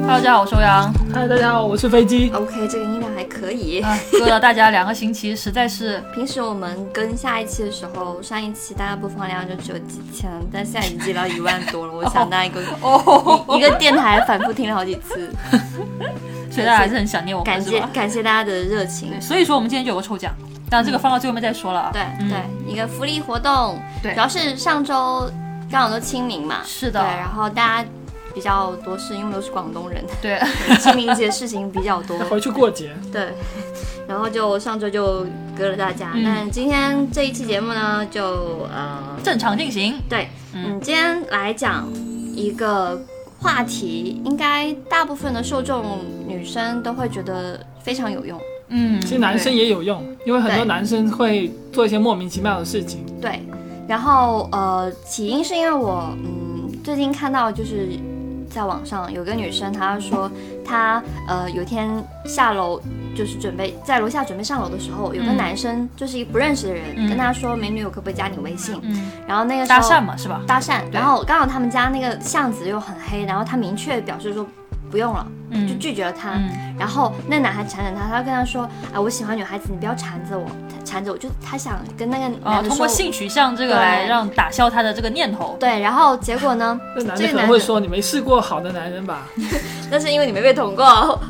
阳。嗨，大家好，我是飞机。 OK，这个音量还可以。啊，隔了大家两个星期，实在是平时我们更下一期的时候，上一期大家播放量就只有几千，但现在已经接到一万 多了。我想当一个、哦，一个电台反复听了好几 次，所以大家还是很想念我感们，是谢吧？感谢大家的热情对。所以说我们今天就有个抽奖，但这个放到最后面再说了啊。对嗯对，一个福利活动，对主要是上周刚好都清明嘛，是的对，然后大家比较多是因为都是广东人， 对，清明节事情比较多要，回去过节，对，然后就上周就割了大家，嗯但今天这一期节目呢，就呃，正常进行。对，嗯嗯，今天来讲一个话题，应该大部分的受众女生都会觉得非常有用，嗯，其实男生对也有用，因为很多对男生会做一些莫名其妙的事情。嗯对，然后呃，起因是因为我嗯最近看到就是在网上有个女生，她说她呃有天下楼就是准备在楼下准备上楼的时候，有个嗯男生就是一个不认识的人、嗯跟她说：“美女，我可不可以加你微信？”嗯然后那个时搭候讪嘛，是吧？搭讪，对然后刚好他们家那个巷子又很黑，然后他明确表示说不用了，就嗯拒绝了他。嗯，然后那男孩缠着她，他跟她说：“啊，我喜欢女孩子，你不要缠着我，缠着我。”就他想跟那个哦，男的通说过我。性取向这个来对让打消他的这个念头。对，然后结果呢？那男的这个可能男会的，说：“你没试过好的男人吧但是因为你没被捅过，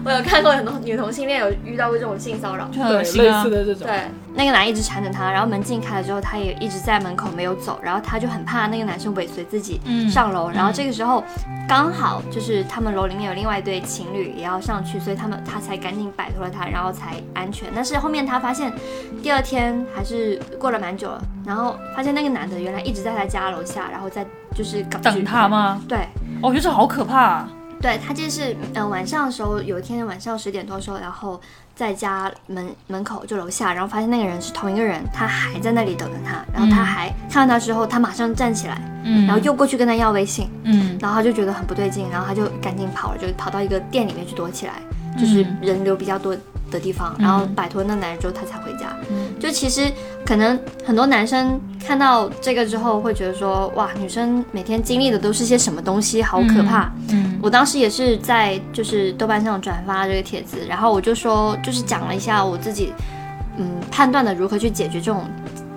我有看过很多女同性恋有遇到过这种性骚扰。就？”很对，恶类心啊似！的这种。对，那个男一直缠着她，然后门禁开了之后，她也一直在门口没有走，然后她就很怕那个男生尾随自己嗯上楼，然后嗯这个时候刚好就是他们楼里面有另外一对情侣也要上去，所以他们她才赶紧摆脱了他，然后才安全。但是后面她发现，第二天还是过了蛮久了，然后发现那个男的原来一直在她家楼下，然后在就是搞等他？吗？对，哦我觉得这好可怕啊。对他就是，嗯、晚上的时候，有一天晚上十点多的时候，然后在家门门口就楼下，然后发现那个人是同一个人，他还在那里等着他，然后他嗯还、看到他之后，他马上站起来，嗯，然后又过去跟他要微信，嗯然后他就觉得很不对劲，然后他就赶紧跑了，就跑到一个店里面去躲起来，就是嗯人流比较多的地方，然后嗯摆脱那男人之后，他才回家。嗯就其实可能很多男生看到这个之后，会觉得说，哇，女生每天经历的都是些什么东西，好可怕。嗯我当时也是在就是豆瓣上转发这个帖子，然后我就说就是讲了一下我自己，嗯，判断的如何去解决这种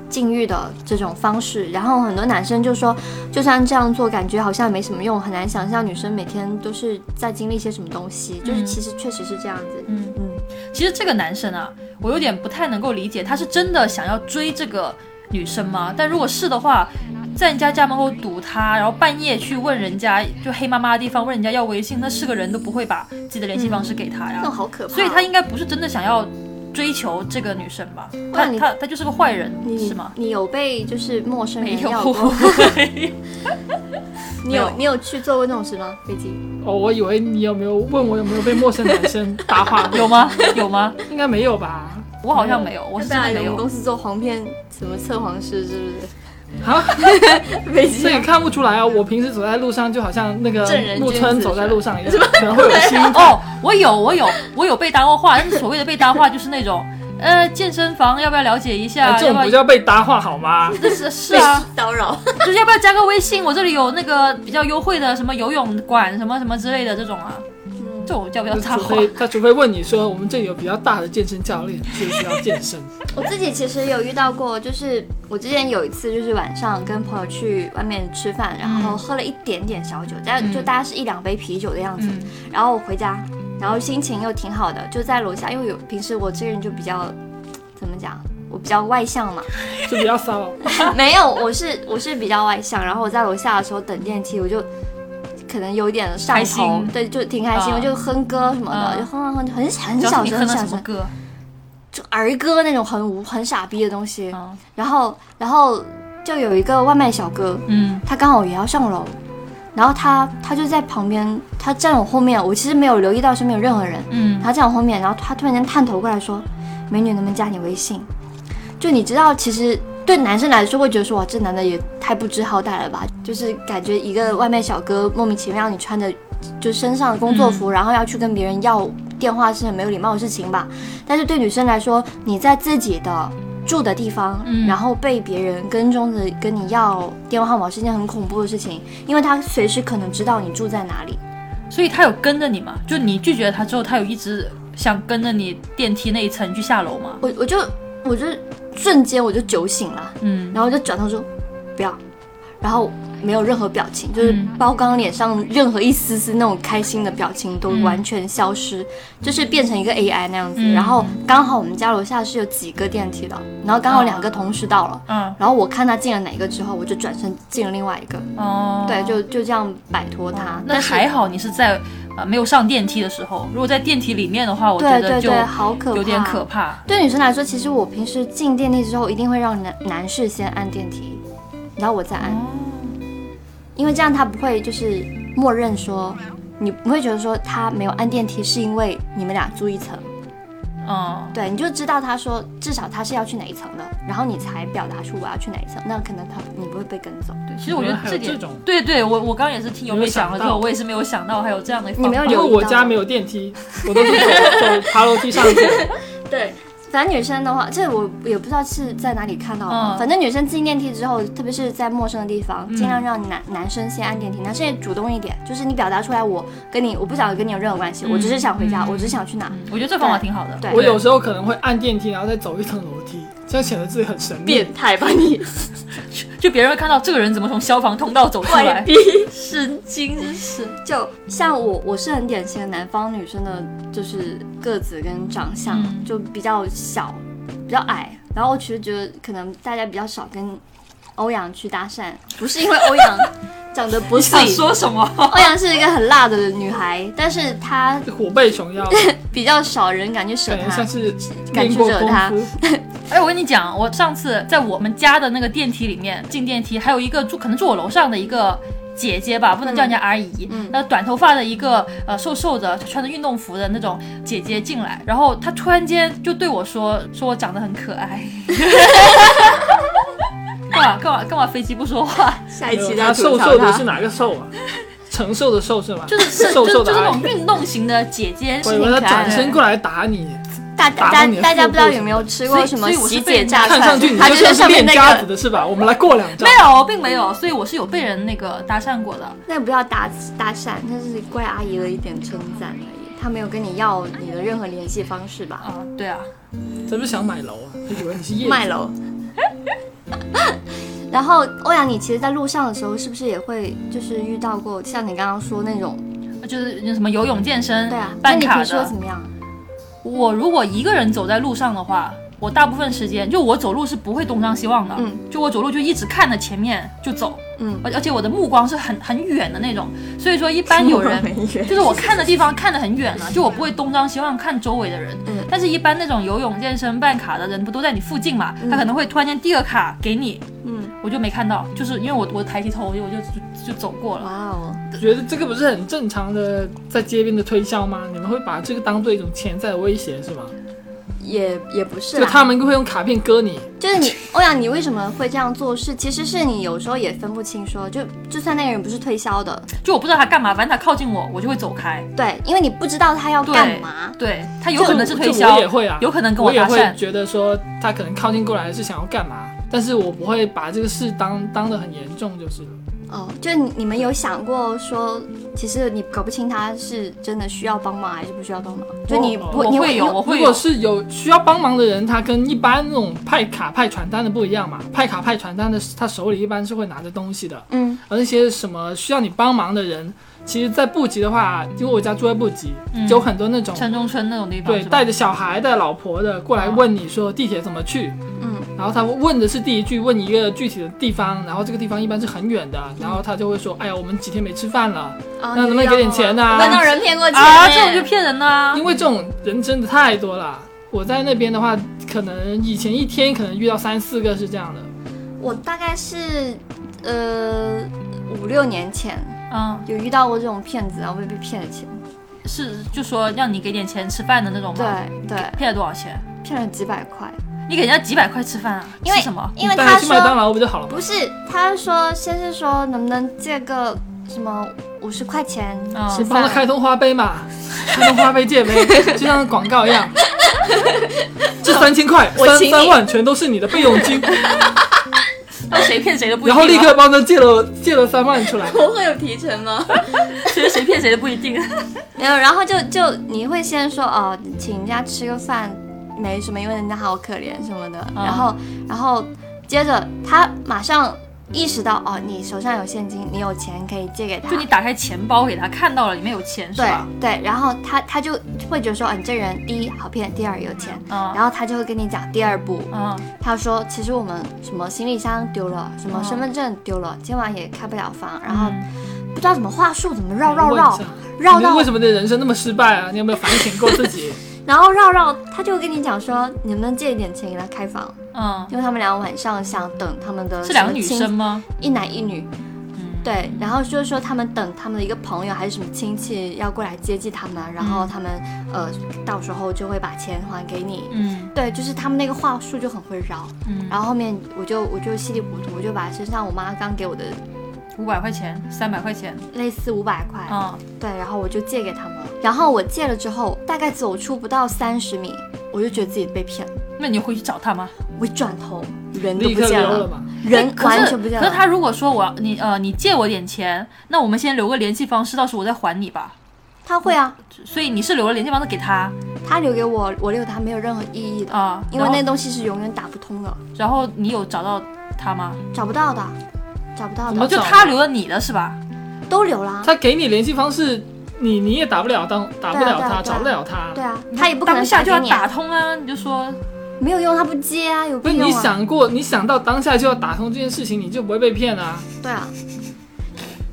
禁欲的这种方式。然后很多男生就说，就算这样做，感觉好像没什么用，很难想象女生每天都是在经历一些什么东西。就是嗯其实确实是这样子，嗯，嗯，其实这个男生啊，我有点不太能够理解，他是真的想要追这个女生吗？但如果是的话，在人家家门口堵她，然后半夜去问人家就黑麻麻的地方问人家要微信，那是个人都不会把自己的联系方式给他呀嗯那、，种好可怕。所以他应该不是真的想要追求这个女生吧？他你他他就是个坏人你是吗？你有被就是陌生没人有 要过？你有没有你有去做过那种事吗？飞机？哦，我以为你有没有问我有没有被陌生男生 搭话过？有吗？ 有吗？应该没有吧？我好像没有，我我是真的没我们有。公司做黄片什么测谎师是不 啊，是？飞机所以看不出来啊！我平时走在路上，就好像那个正人君木子村走在路上一样，可能会有心 哦，我有，我有，我有被搭过话，但是所谓的被搭话就是那种，呃，健身房要不要了解一啊下？哎这要不种要不叫被搭话好吗？这是是啊，骚扰。就是要不要加个微信？我这里有那个比较优惠的什么游泳馆什么什么之类的这种啊，嗯这种叫不叫那插除话？非他除非问你说我们这里有比较大的健身教练，是不是要健身？ 我自己其实有遇到过，就是我之前有一次，就是晚上跟朋友去外面吃饭，然后喝了一点点小酒，但嗯就大概是一两杯啤酒的样子。嗯然后我回家，然后心情又挺好的，就在楼下，因为有平时我这个人就比较怎么讲，我比较外向嘛，就比较骚。 没有，我是我是比较外向，然后我在楼下的时候等电梯，我就可能有点上开头心，对，就挺开心，啊我就哼歌什么的，啊就哼啊哼，就很很主要小是你声，很哼的小什么声，歌？就儿歌那种很无很傻逼的东西。啊然后然后就有一个外卖小哥，嗯他刚好也要上楼，然后他他就在旁边，他站我后面，我其实没有留意到身边有任何人，嗯，他站我后面，然后他突然间探头过来说：“美女，能不能加你微信？”就你知道，其实对男生来说会觉得说，哇，这男的也太不知好歹了吧？就是感觉一个外卖小哥莫名其妙，你穿着就身上的工作服，然后要去跟别人要电话，是很没有礼貌的事情吧？但是对女生来说，你在自己的。住的地方，嗯然后被别人跟踪着跟你要电话号码是一件很恐怖的事情，因为他随时可能知道你住在哪里。所以他有跟着你吗？就你拒绝了他之后，他有一直想跟着你电梯那一层去下楼吗？我我就我就瞬间我就酒醒了，嗯，然后我就转头说不要，然后没有任何表情，就是嗯包括刚刚脸上任何一丝丝那种开心的表情都嗯完全消失，就是变成一个 AI 那样子。嗯然后刚好我们家楼下是有几个电梯的，然后刚好哦两个同时到了，啊，然后我看他进了哪个之后，我就转身进了另外一个，哦，对，就就这样摆脱他。那但是还好，你是在啊没有上电梯的时候。如果在电梯里面的话，我觉对得对就对，好可怕，有点可怕。对女生来说，其实我平时进电梯之后，一定会让男男士先按电梯，然后我再按，因为这样他不会就是默认说，你不会觉得说他没有按电梯是因为你们俩住一层，嗯，对，你就知道他说至少他是要去哪一层的，然后你才表达出我要去哪一层，那可能他你不会被跟走，对，其实我觉得原来还有这点这种，对对，我我刚刚也是听有没有妹讲了之想后，到我也是没有想到还有这样的方法。你没有因为留意我到家没有电梯，我都 是走走爬楼梯上去。对。反正女生的话，这我也不知道是在哪里看到的。嗯反正女生进电梯之后，特别是在陌生的地方，嗯尽量让男、男生先按电梯，男生也主动一点，就是你表达出来，我跟你我不想跟你有任何关系，嗯我只是想回家，嗯我只是想去哪。嗯我觉得这方法挺好的。对我有时候可能会按电梯，然后再走一层楼梯，这样显得自己很神秘。变态吧你！ 就别人会看到这个人怎么从消防通道走出怪来， 逼！神经真是。就像我，我是很典型的南方女生的，就是个子跟长相、嗯就比较小，比较矮。然后我其实觉得，可能大家比较少跟欧阳去搭讪，不是因为欧阳 长得不想帅，说什么？欧阳是一个很辣的女孩，但是她虎背 熊腰，比较少人敢去惹感觉她像。是敢练去过惹功他夫。哎，我跟你讲，我上次在我们家的那个电梯里面进电梯，还有一个住可能住我楼上的一个姐姐吧，不能叫人家阿姨。嗯那短头发的一个呃瘦瘦的穿着运动服的那种姐姐进来，然后她突然间就对我说说我长得很可爱。 干嘛干嘛干嘛？飞机不说话，下没有他瘦瘦的是哪个瘦啊？承受的瘦是吗？就是瘦瘦就的是那阿种姨。运动型的姐姐，我所以挺为可爱他的转身过来打你，大大打到家你的大家腹不知道部有没有吃所过以什么所以我是喜被姐榨看菜上去，你她就就是是上面练那家个子。的是吧？我们来过两招没。有，并没有，所以我是有被人那个搭讪过的。 那不要搭搭讪，那是怪阿姨的一点称赞而已。她没有跟你要你的任何联系方式吧？啊，对啊，这不是想买楼啊？他以为你是业主卖楼。 然后欧阳，你其实，在路上的时候，是不是也会就是遇到过像你刚刚说那种？就是那什么游泳、健身、对啊，那办你卡平时会的怎。么样？我如果一个人走在路上的话，我大部分时间就我走路是不会东张西望的，嗯就我走路就一直看着前面就走，嗯，而而且我的目光是很很远的那种，所以说一 般有人。就是我看的地方看得很远啊了，就我不会东张西望看周围的人。嗯但是，一般那种游泳、健身、办卡的人不都在你附近嘛？他可能会突然间递个卡给你，嗯，我就没看到，就是因为我我抬起头，我就我就就就走过了。哇哦，觉得这个不是很正常的在街边的推销吗？你们会把这个当做一种潜在的威胁是吗？也也不是就啊啦，他们会用卡片割你，就是你，欧阳，你为什么会这样做事？其实是你有时候也分不清说，就就算那个人不是推销的，就我不知道他干嘛，反正他靠近我，我就会走开。对，因为你不知道他要对干嘛。对他有可能是推就销我也，会啊，有可能跟我也搭会讪。觉得说他可能靠近过来是想要干嘛，但是我不会把这个事当当得很严重，就是了哦，就你你们有想过说，其实你搞不清他是真的需要帮忙还是不需要帮忙？就你我不，我你会有，我如会果有。是有需要帮忙的人，他跟一般那种派卡派传单的不一样嘛，派卡派传单的他手里一般是会拿着东西的，嗯，而那些什么需要你帮忙的人，其实，在布吉的话，因为我家住在布吉，嗯有很多那种城中村那种地方，是对吧带着小孩的老婆的过来啊问你说地铁怎么去，嗯，然后他问的是第一句，问一个具体的地方，然后这个地方一般是很远嗯的，然后他就会说，哎呀，我们几天没吃饭了，啊那能不能给点钱呢、问到人骗过钱啊，呢这种就骗人呐、嗯因为这种人真的太多了。我在那边的话，可能以前一天可能遇到三四个是这样的，我大概是呃五六年前嗯，有遇到过这种骗子，然后被被骗了钱。是就说让你给点钱吃饭的那种对吗？对，骗了多少钱？骗了几百块，你给人家几百块吃饭啊？因为吃什么？因为带他他去麦当说劳不就好了吗？哦不是，他说先是说能不能借个什么五十块钱嗯吃帮他饭，开通花呗嘛，开通花呗 借呗，就像广告一样。这三千块，我三请你 三万全都是你的备用金。到谁骗谁都不一定然啊。后立 刻帮他借了借了三万出来。我会有提成吗？其实谁骗谁都不一定。没有，然后就就你会先说哦，请人家吃个饭没什么，因为人家好可怜什么的，嗯然后然后接着他马上意识到哦，你手上有现金，你有钱可以借给他就，你打开钱包给他看到了，里面有钱是对吧？对，然后他他就会觉得说，哦，你这人第一好骗，第二有钱，嗯然后他就会跟你讲第二步，嗯他说其实我们什么行李箱丢了，什么嗯身份证丢了，今晚也开不了房，然后不知道怎么话术，怎么绕绕问一绕下绕你到为什么你的人生那么失败啊？你有没有反省过自 己？然后绕绕他就跟你讲说，你能不能借一点钱给他开房？嗯，因为他们俩晚上想等他们的是两个女什么亲生，吗？一男一女，嗯，对。然后就是说他们等他们的一个朋友还是什么亲戚要过来接济他们，然嗯后他们呃到时候就会把钱还给你。嗯对，就是他们那个话术就很会绕。嗯，然后后面我就我就稀里糊涂，我就把身上我妈刚给我的五百块钱，三百块钱，类似五百块，嗯，对，然后我就借给他们了。然后我借了之后，大概走出不到三十米，我就觉得自己被骗了。那你回去找他吗？我一转头，人都立不刻见溜了，了嘛？人哎可完是全不见可了。是他如果说我要你呃你借我点钱，那我们先留个联系方式，到时候我再还你吧。他会啊，所以你是留了联系方式给他他留给我，我留给他没有任何意义的，啊，因为那东西是永远打不通的，然后然后你有找到他吗？找不到的，找不到怎么的，就找他留了你的是吧？都留啊啦。他给你联系方式，你你也打不了当打不对啊了对啊他，对啊找不了他。对啊，他也不可能当下就要给你啊打，通啊，你就说没有用，他不接啊，有不屁是用啊。你想过，你想到当下就要打通这件事情，你就不会被骗啊。对啊，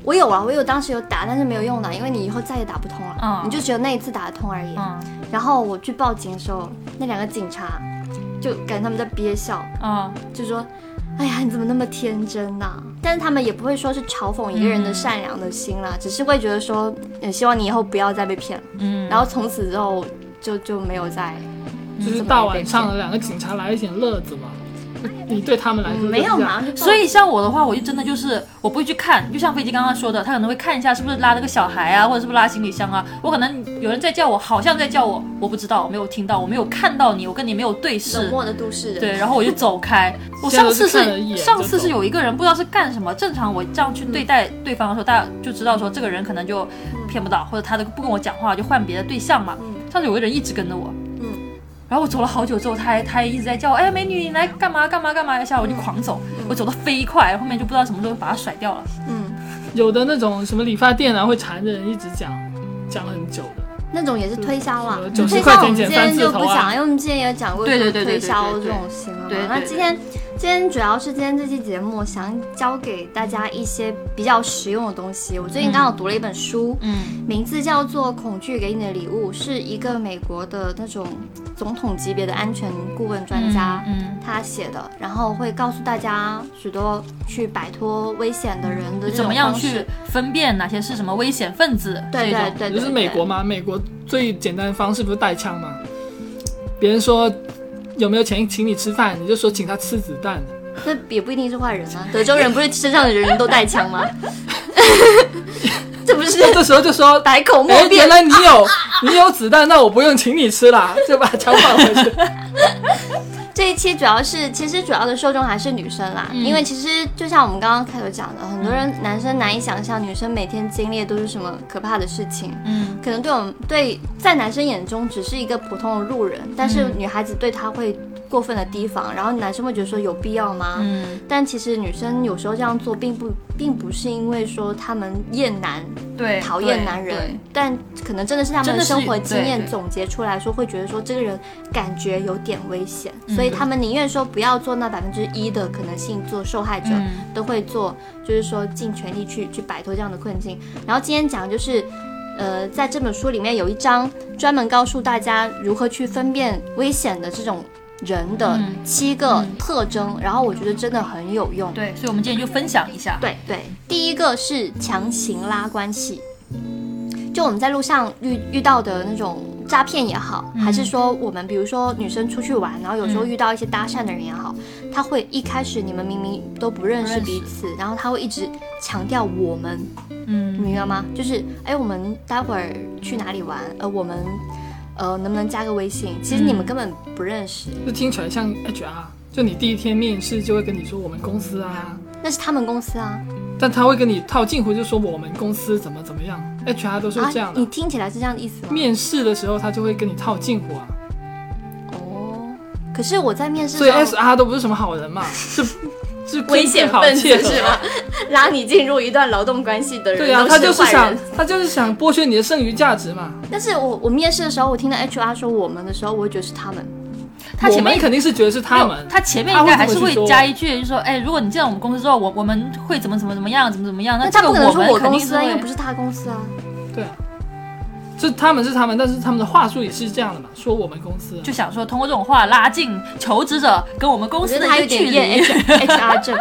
我有啊，我有当时有打，但是没有用的，因为你以后再也打不通了，嗯你就只有那一次打得通而已。嗯然后我去报警的时候，那两个警察就感觉他们在憋笑，嗯就说：“哎呀，你怎么那么天真呐、啊但是他们也不会说是嘲讽一个人的善良的心嗯啦，只是会觉得说，呃，希望你以后不要再被骗了。嗯，然后从此之后就就没有再，嗯就是大晚上的两个警察来一点乐子嘛，你对他们来说嗯没有就是这嘛样。？所以像我的话，我就真的就是我不会去看，就像飞机刚刚说的，他可能会看一下是不是拉了个小孩啊，或者是不是拉行李箱啊。我可能有人在叫我，好像在叫我，我不知道，我没有听到，我没有看到你，我跟你没有对视冷。漠的都市人，对，然后我就走开。 我现在上都次是看了一是眼就上次是走有一个人不知道是干什么，正常我这样去嗯对待对方的时候，大家就知道说这个人可能就骗不到，或者他都不跟我讲话，就换别的对象嘛。嗯上次有个人一直跟着我，嗯，然后我走了好久之后，他还他还一直在叫我，哎，美女，你来干嘛干嘛干嘛一下，嗯我就狂走，我走得飞快，后面就不知道什么时候把他甩掉了。嗯，有的那种什么理发店啊，会缠着人一直讲，讲很久的。那种也是推销啊。嗯是推90销块我钱们之减三前次就头不讲，啊！因为我们之前也讲过对对对对推对销对这对种行为嘛。对对那对今天今天主要是今天这期节目想教给大家一些比较实用的东西。我最近刚好读了一本书，嗯名字叫做《恐惧给你的礼物》，是一个美国的那种总统级别的安全顾问专家。嗯，他写的，然后会告诉大家许多去摆脱危险的人的这就嗯怎种么样方式去分辨哪些是什么危险分子对这对种。对，就是美国嘛，嘛，美国最简单的方式不是带枪嘛？别人说有没有钱请你吃饭，你就说请他吃子弹。那也不一定是坏人啊。德州人不是身上的人人都带枪吗？ 这不是这时候就说，百口哎莫，原辩。来你有你有子弹，那我不用请你吃啦，就把枪放回去。这一期主要是，其实主要的受众还是女生啦，嗯因为其实就像我们刚刚开头讲的，很多人男生难以想象女生每天经历的都是什么可怕的事情。嗯可能对我们对在男生眼中只是一个普通的路人，但嗯是女孩子对他会过分的提防，然后男生会觉得说有必要吗？嗯，但其实女生有时候这样做，并不并不是因为说她们厌男、对，讨厌对男对人，但可能真的是她们真的是生活经对验对总结出来说，会觉得说这个人感觉有点危险，嗯所以她们宁愿说不要做那百分之一的可能性做受害者，嗯都会做，就是说尽全力去去摆脱这样的困境。然后今天讲就是，呃，在这本书里面有一章专门告诉大家如何去分辨危险的这种人的嗯七个嗯特征，然后我觉得真的很有用。对，所以我们今天就分享一下。对对，第一个是强行拉关系，就我们在路上遇遇到的那种诈骗也好，嗯还是说我们比如说女生出去玩，然后有时候嗯遇到一些搭讪的人也好，他会一开始你们明明都不认不识认彼识此，然后他会一直强调我们，你嗯明白吗？就是哎，我们待会儿去哪里玩？呃，我们呃能不能加个微信？其实你们嗯根本不认识，就听起来像 HR，就你第一天面试就会跟你说我们公司啊，那是他们公司啊但他会跟你套近乎，就说我们公司怎么怎么样，HR 都是这啊样！的。你听起来是这样的意思吗？面试的时候他就会跟你套近乎啊，哦，可是我在面试所以的时 SR 都不是什么好人嘛，是是危险好分子切合是吗？候 拉你进入一段劳动关系的人对啊呀、都他就是坏人想他就是想剥削你的剩余价值嘛。但是我我面试的时候，我听到 HR 说我们的时候，我会觉得是他们。他前我面们肯定是觉得是他没有们，他前面应该还是会加一句，就是说，哎，如果你进到我们公司之后，我我们会怎么怎么怎么样，怎么怎么样，那这他个不可能说们我肯公定司是啊，会又不是他公司啊。对啊，就他们是他们，但是他们的话术也是这样的嘛，说我们公司啊、就想说通过这种话拉近求职者跟我们公我司觉的得一他有个距点厌离。 H HR 症。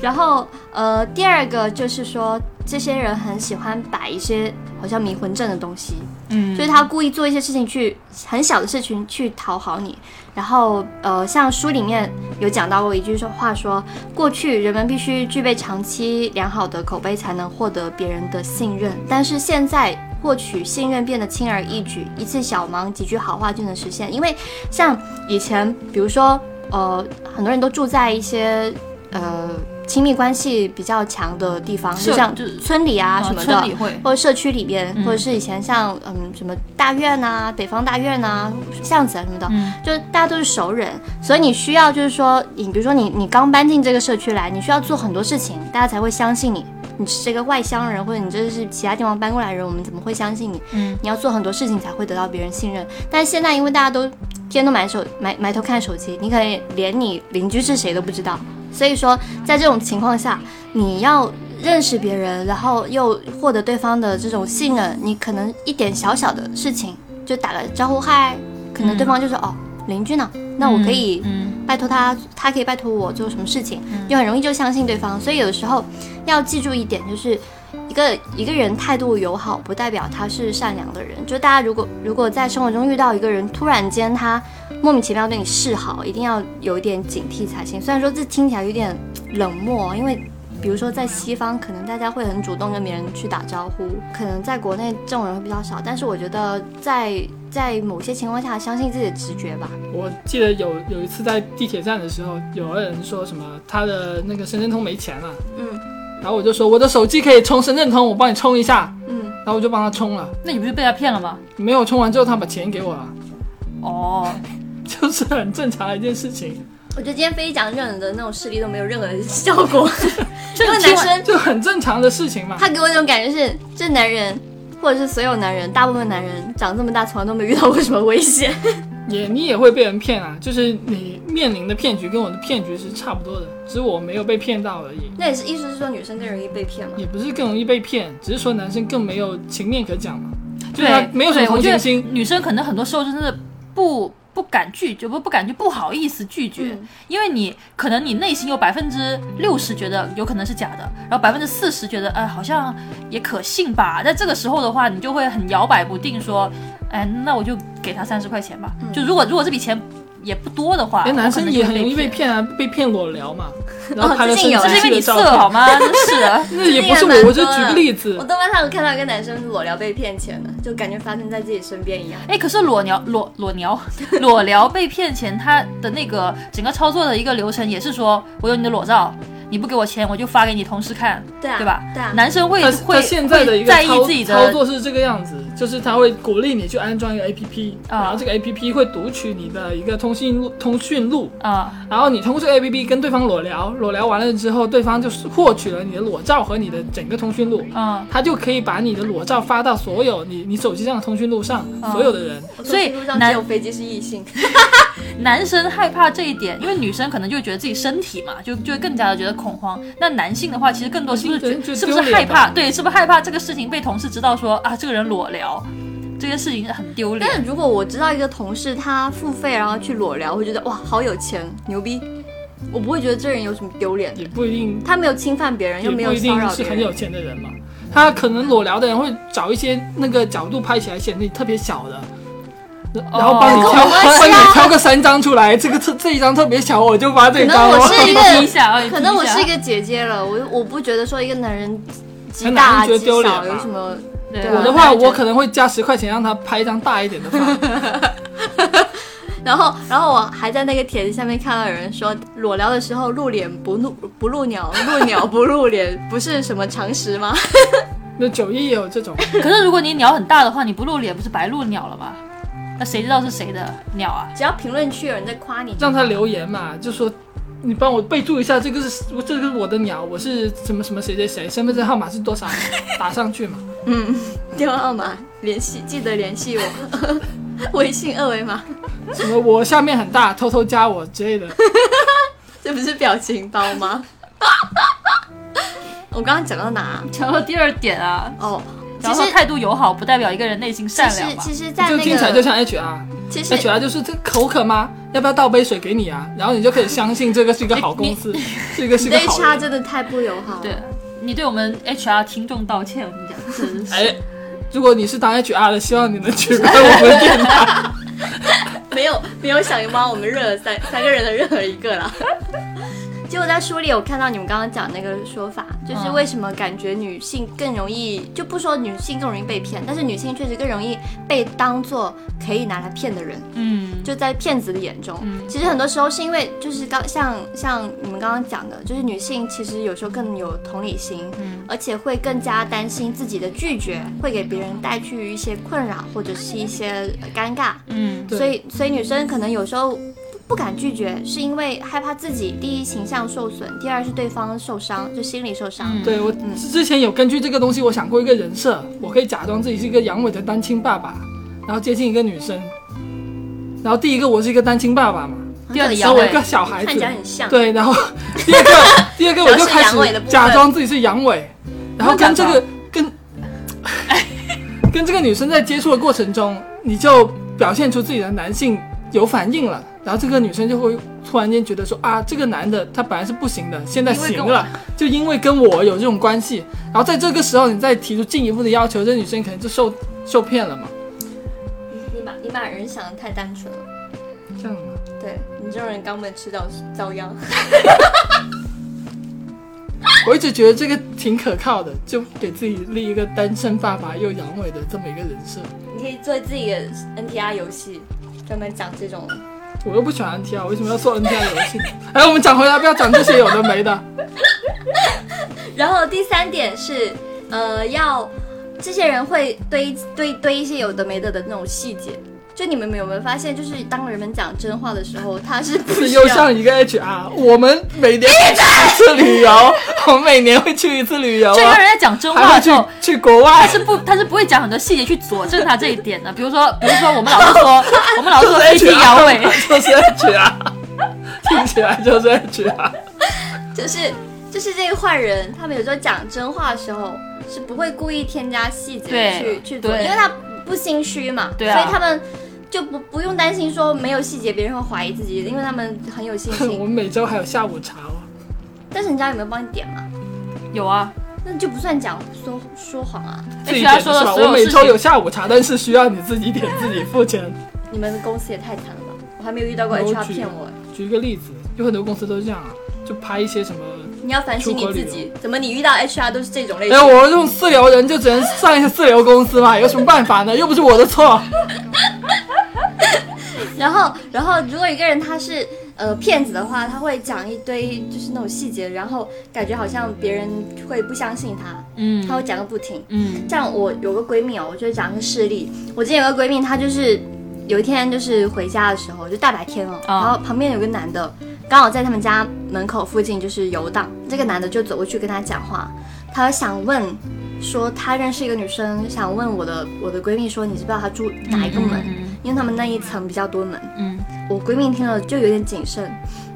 然后呃，第二个就是说，这些人很喜欢摆一些好像迷魂阵的东西，嗯所以他故意做一些事情去很小的事情去讨好你。然后呃，像书里面有讲到过一句说话说，过去人们必须具备长期呃良好的口碑才能获得别人的信任，但是现在。获取信任变得轻而易举，一次小忙几句好话就能实现。因为像以前，比如说，呃，很多人都住在一些呃亲密关系比较强的地方，社就像就是村里啊什么的，村里会或者社区里边，嗯或者是以前像嗯什么大院啊、北方大院啊、巷子啊什么的，嗯就是大家都是熟人，所以你需要就是说，你比如说你你刚搬进这个社区来，你需要做很多事情，大家才会相信你。你是这个外乡人，或者你这是其他地方搬过来的人，我们怎么会相信你？嗯，你要做很多事情才会得到别人信任。但是现在因为大家都天天都埋手埋埋头看手机，你可能连你邻居是谁都不知道。所以说，在这种情况下，你要认识别人，然后又获得对方的这种信任，你可能一点小小的事情就打个招呼嗨，可能对方就说、哦邻居呢，那我可以嗯拜托他，他可以拜托我做什么事情，就很容易就相信对方。所以有时候要记住一点，就是一个一个人态度友好，不代表他是善良的人。就大家如果如果在生活中遇到一个人，突然间他莫名其妙对你示好，一定要有一点警惕才行。虽然说这听起来有点冷漠，因为。比如说，在西方，可能大家会很主动跟别人去打招呼，可能在国内这种人会比较少。但是我觉得在在某些情况下，相信自己的直觉吧。我记得有有一次在地铁站的时候，有个人说什么他的那个深圳通没钱了，嗯然后我就说我的手机可以充深圳通，我帮你充一下，嗯，然后我就帮他充了，那你不是被他骗了吗？没有充完之后他把钱给我了， 哦，就是很正常的一件事情，我觉得今天飞机讲任何的那种事例都没有任何效 果，这因为个听男完生就很正常的事情嘛。他给我一种感觉是，这男人或者是所有男人，大部分男人长这么大从来都没遇到过什么危险。也你也会被人骗啊，就是你面临的骗局跟我的骗局是差不多的，只是我没有被骗到而已。 那也是意思是说女生更容易被骗嘛？也不是更容易被骗，只是说男生更没有情面可讲嘛，就是他对，没有什么对同我觉情得心。女生可能很多时候真的是不不敢拒绝，不不敢拒，不好意思拒绝，嗯因为你可能你内心有百分之六十觉得有可能是假的，然后百分之四十觉得呃好像也可信吧。在这个时候的话，你就会很摇摆不定，说，哎，那我就给他三十块钱吧。嗯就如果如果这笔钱也不多的话，哎，男生也很容易被被。哦骗啊，被骗裸聊 嘛，然后拍了最近有生这是殖因为器 你的色照好片。吗？真是的，那也不这也是蛮我，我就多举的个例我子，豆瓣上有看到一个男生裸聊被骗钱的，就感觉发生在自己身边一样。哎，可是裸聊裸裸聊裸聊被骗钱，他的那个整个操作的一个流程也是说，我有你的裸照，你不给我钱，我就发给你同事看，对啊，对吧？对啊，男生会他会他现在的一会个在意操自己操的作是这个样子，就是他会鼓励你去安装一个 A P P，啊然后这个 A P P 会读取你的一个通信录通讯录，啊、然后你通过这个 A P P 跟对方裸聊，裸聊完了之后，对方就是获取了你的裸照和你的整个通讯录，嗯，他就可以把你的裸照发到所有你你手机上的通讯录上，嗯啊所有的人。我所以通讯录上男只有飞机是异性。男生害怕这一点，因为女生可能就会觉得自己身体嘛，就就会更加的觉得恐慌。那男性的话，其实更多是不是男性觉就得是不是丢脸害怕？吧对，是不是害怕这个事情被同事知道说啊，这个人裸聊，这件事情很丢脸 但。是如果我知道一个同事他付费然后去裸聊，我会觉得哇好有钱牛逼，我不会觉得这人有什么丢脸的也。不一定，他没有侵犯别人，也又没有不一骚定扰是别很人有，钱的人嘛。他可能裸聊的人会找一些那个角度拍起来显得你特别小的，然然后帮你哦那跟挑，我帮没关系啊你挑个三张出来，这个这这一张特别小，我就发这可张能了。我 是一提个，一下啊，可能我是一个个姐姐了，我我不觉得说一个男人极很大难觉极得丢脸啊少吧有什么，对对我的啊话，我可能会加十块钱让他拍一张大一点的发，然后，然后我还在那个帖子下面看到有人说，裸聊的时候露脸不露不露鸟，露鸟不露脸，不是什么常识吗？ 那九一也有这种，啊可是如果你鸟很大的话，你不露脸不是白露鸟了吗？那谁知道是谁的鸟啊？只要评论区有人在夸你，让他留言嘛，就说你帮我备注一下，这个是这个是我的鸟，我是什么什么谁谁谁，身份证号码是多少， 打上去嘛。嗯，电话号码联系，记得联系我， 微信二维码，什么我下面很大，偷偷加我之类的。这不是表情包吗？ 我刚刚讲到哪？讲到第二点啊，哦，然其后实态度友好不代表一个人内心其善良实吧？其实，在就那听起来就个像 HR。其实 HR 就是这口渴吗？要不要倒杯水给你啊？然后你就可以相信这个是一个好公司，这个是你一个对好 HR 人。真的太不友好了。对，你对我们 HR 听众道歉，我跟你讲，真是。哎，如果你是当 HR 的，希望你能取关我们电台。没有没有想帮我们任何三 三个人的任何一个啦。结果在书里有看到你们刚刚讲那个说法，就是嗯为什么感觉女性更容易，就不说女性更容易被骗，但是女性确实更容易被当做可以拿来骗的人，嗯，就在骗子的眼中。嗯其实很多时候是因为就是刚像像你们刚刚讲的，就是女性其实有时候更有同理心，嗯而且会更加担心自己的拒绝会给别人带去一些困扰或者是一些呃尴尬。嗯对所以所以女生可能有时候不不敢拒绝，是因为害怕自己第一形象受损，第二是对方受伤，就心理受伤。嗯对我之前有根据这个东西，我想过一个人设，我可以假装自己是一个阳痿的单亲爸爸，然后接近一个女生，然后第一个我是一个单亲爸爸嘛，第二点然阳后我一个痿，小孩子看，起来很像，对，然后第二个第二个我就开然后是阳痿的始部分假装自己是阳痿，然后跟这不用假个跟 跟这个女生在接触的过程中，你就表现出自己的男性有反应了，然后这个女生就会突然间觉得说啊，这个男的他本来是不行的，现在因为行跟我了，就因为跟我有这种关系，然后在这个时候你再提出进一步的要求，这女生可能就受受骗了嘛，你把你把人想的太单纯了。这样吗？对你这种人根本迟早遭殃。我一直觉得这个挺可靠的，就给自己立一个单身爸爸又阳痿的这么一个人设。你可以做自己的 NTR 游戏，专门讲这种。我又不喜欢 NTR，我为什么要做 NTR 游戏？ 哎，我们讲回来，不要讲这些有的 没的。然后第三点是，呃，要这些人会堆堆堆一些有的没的的那种细节。就你们有没有发现，就是当人们讲真话的时候，他是不是需又要像一个 HR，我们每年会去一次旅游，我们每年会去一次旅游这个啊，人在讲真话还会的时候去，去国外他。是不，他是不会讲很多细节去佐证他这一点的。比如说，比如说我们老是 说，我们老是说飞机摇尾，就是 HR，听起来就是 HR。就是就是这个坏人，他们有时候讲真话的时候是不会故意添加细节对去去做，对因为他不心虚嘛，对啊所以他们就不不用担心说没有细节别人会怀疑自己，因为他们很有信我心。们每周还有下午茶哦。但是人家有没有帮你点嘛？有啊，那就不算讲说说谎啊，自己 HR 点说的是吧？所有我每事周情有下午茶，但是需要你自己点，自己付钱。你们公司也太惨了吧！我还没有遇到过我 HR 举骗我，举一个例子，有很多公司都是这样啊，就拍一些什么。你要反省你自出国旅己，怎么你遇到 HR 都是这种类哎，型？我这种四流人就只能上一些四流公司嘛，有什么办法呢？又不是我的错。然后，然后如果一个人他是呃骗子的话，他会讲一堆就是那种细节，然后感觉好像别人会不相信他，嗯她会讲个不停。嗯像我有个闺蜜哦，我就讲个事例。我之前有个闺蜜，她就是有一天就是回家的时候，就大白天哦，然后旁边有个男的刚好在他们家门口附近就是游荡，这个男的就走过去跟她讲话，他想问说他认识一个女生，想问我的我的闺蜜说你知不知道她住哪一个门？嗯因为他们那一层比较多门，嗯我闺蜜听了就有点谨慎，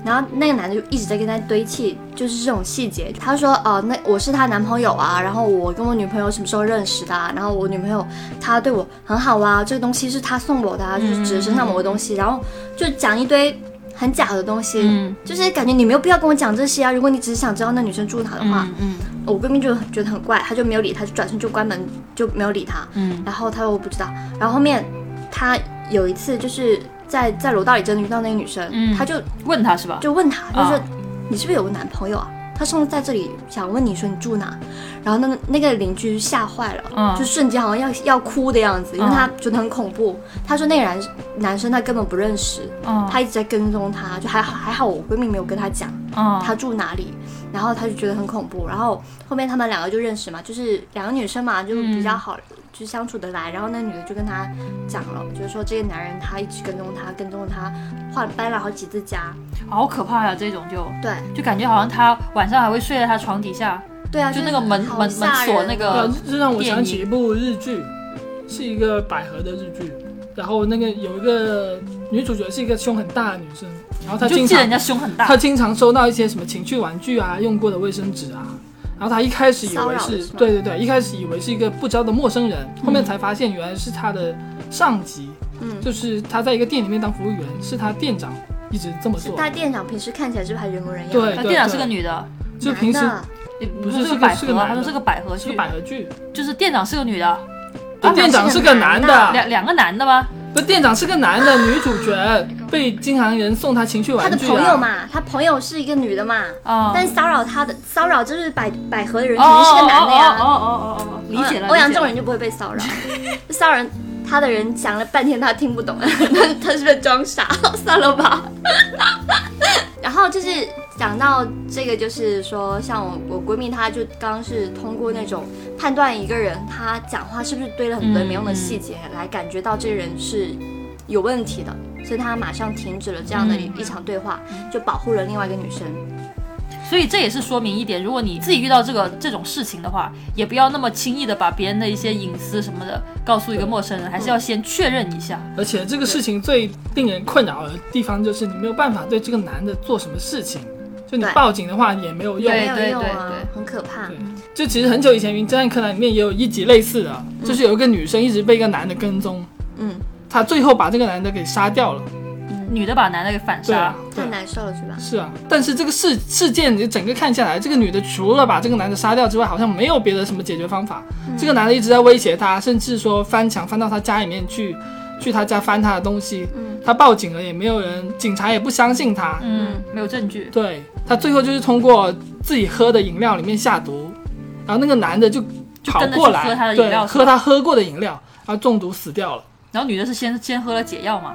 然后那个男的就一直在跟她堆砌，就是这种细节。他说，哦、那我是她男朋友啊，然后我跟我女朋友什么时候认识的、啊，然后我女朋友她对我很好啊，这个东西是她送我的、啊，嗯就是指的身上某个东西，然后就讲一堆很假的东西，嗯就是感觉你没有必要跟我讲这些啊。如果你只是想知道那女生住哪的话，嗯我闺蜜就觉得很怪，她就没有理他，就转身就关门，就没有理他。嗯然后他说我不知道，然后后面他有一次就是在在楼道里真的遇到那个女生，嗯他就问他是吧？就问她，就说、啊你是不是有个男朋友啊？他上次在这里想问你说你住哪，然后那个那个邻居吓坏了，嗯就瞬间好像要要哭的样子，因为嗯他觉得很恐怖。他说那个男男生他根本不认识，嗯他一直在跟踪他，就还好还好我闺蜜没有跟他讲嗯他住哪里，然后他就觉得很恐怖。然后后面他们两个就认识嘛，就是两个女生嘛，就嗯比较好，就相处得来。然后那女的就跟他讲了，就是说这个男人他一直跟踪他，跟踪他，换搬了好几次家。好可怕呀、这种就对就感觉好像他晚上还会睡在他床底下，对啊，就那个门好门吓门锁人那啊个对啊，这让我想起一部日剧，是一个百合的日剧，然后那个有一个女主角是一个胸很大的女生，然后她你就经记得人常家胸很大她，经常收到一些什么情趣玩具啊、用过的卫生纸啊，然后她一开始以骚为扰是是吗对对对，一开始以为是一个不知道的陌生人，后面才发现原来是她的上级，嗯就是她在一个店里面当服务员，是她店长一直这么是做，大店长平时看起来是不是还人模人样？对他对店长是个对，女的，就平时男的也不是是是个个百是个合啊，男他说的是个百合是剧个，百合剧，就是店长是个女的，对店长是个男啊是个男的。的两两个男的吗？不，店长是个男的， 女主角被经常人送她情趣他玩的具、啊、朋友嘛，他朋友是一个女的嘛，啊、但骚扰他的骚扰就是百百合的人哦肯定是个男的呀。哦哦哦哦哦哦，理解了。欧嗯阳这正种人就不会被 骚扰，骚扰人他的人讲了半天他听不 懂，他是不是装傻？ 算了吧。然后就是讲到这个，就是说像我我闺蜜，她就刚刚是通过那种判断一个人他讲话是不是堆了很多没用的细节，来感觉到这个人是有问题的。所以她马上停止了这样的一嗯一场对话，就保护了另外一个女生。所以这也是说明一点，如果你自己遇到这个这种事情的话，也不要那么轻易的把别人的一些隐私什么的告诉一个陌生人，还是要先确认一下。而且这个事情最令人困扰的地方就是你没有办法对这个男的做什么事情，就你对报警的话也没有用。对没有用啊对对，很可怕。对就其实很久以前《名侦探柯南》里面也有一集类似的，就是有一个女生一直被一个男的跟踪，嗯，她最后把这个男的给杀掉了。女的把男的给反对杀啊，，对太啊。难受了，是吧？是啊，但是这个事事件你整个看下来，这个女的除了把这个男的杀掉之外，好像没有别的什么解决方法。嗯这个男的一直在威胁她，甚至说翻墙翻到她家里面嗯去，去她家翻她的东西。嗯她报警了，也没有人，警察也不相信她。嗯，没有证据，对她最后就是通过自己喝的饮料里面下毒，然后那个男的就跑跟着过去来，喝她的饮对，料是喝她喝过的饮料，然后中毒死掉了。然后女的是先先喝了解药嘛。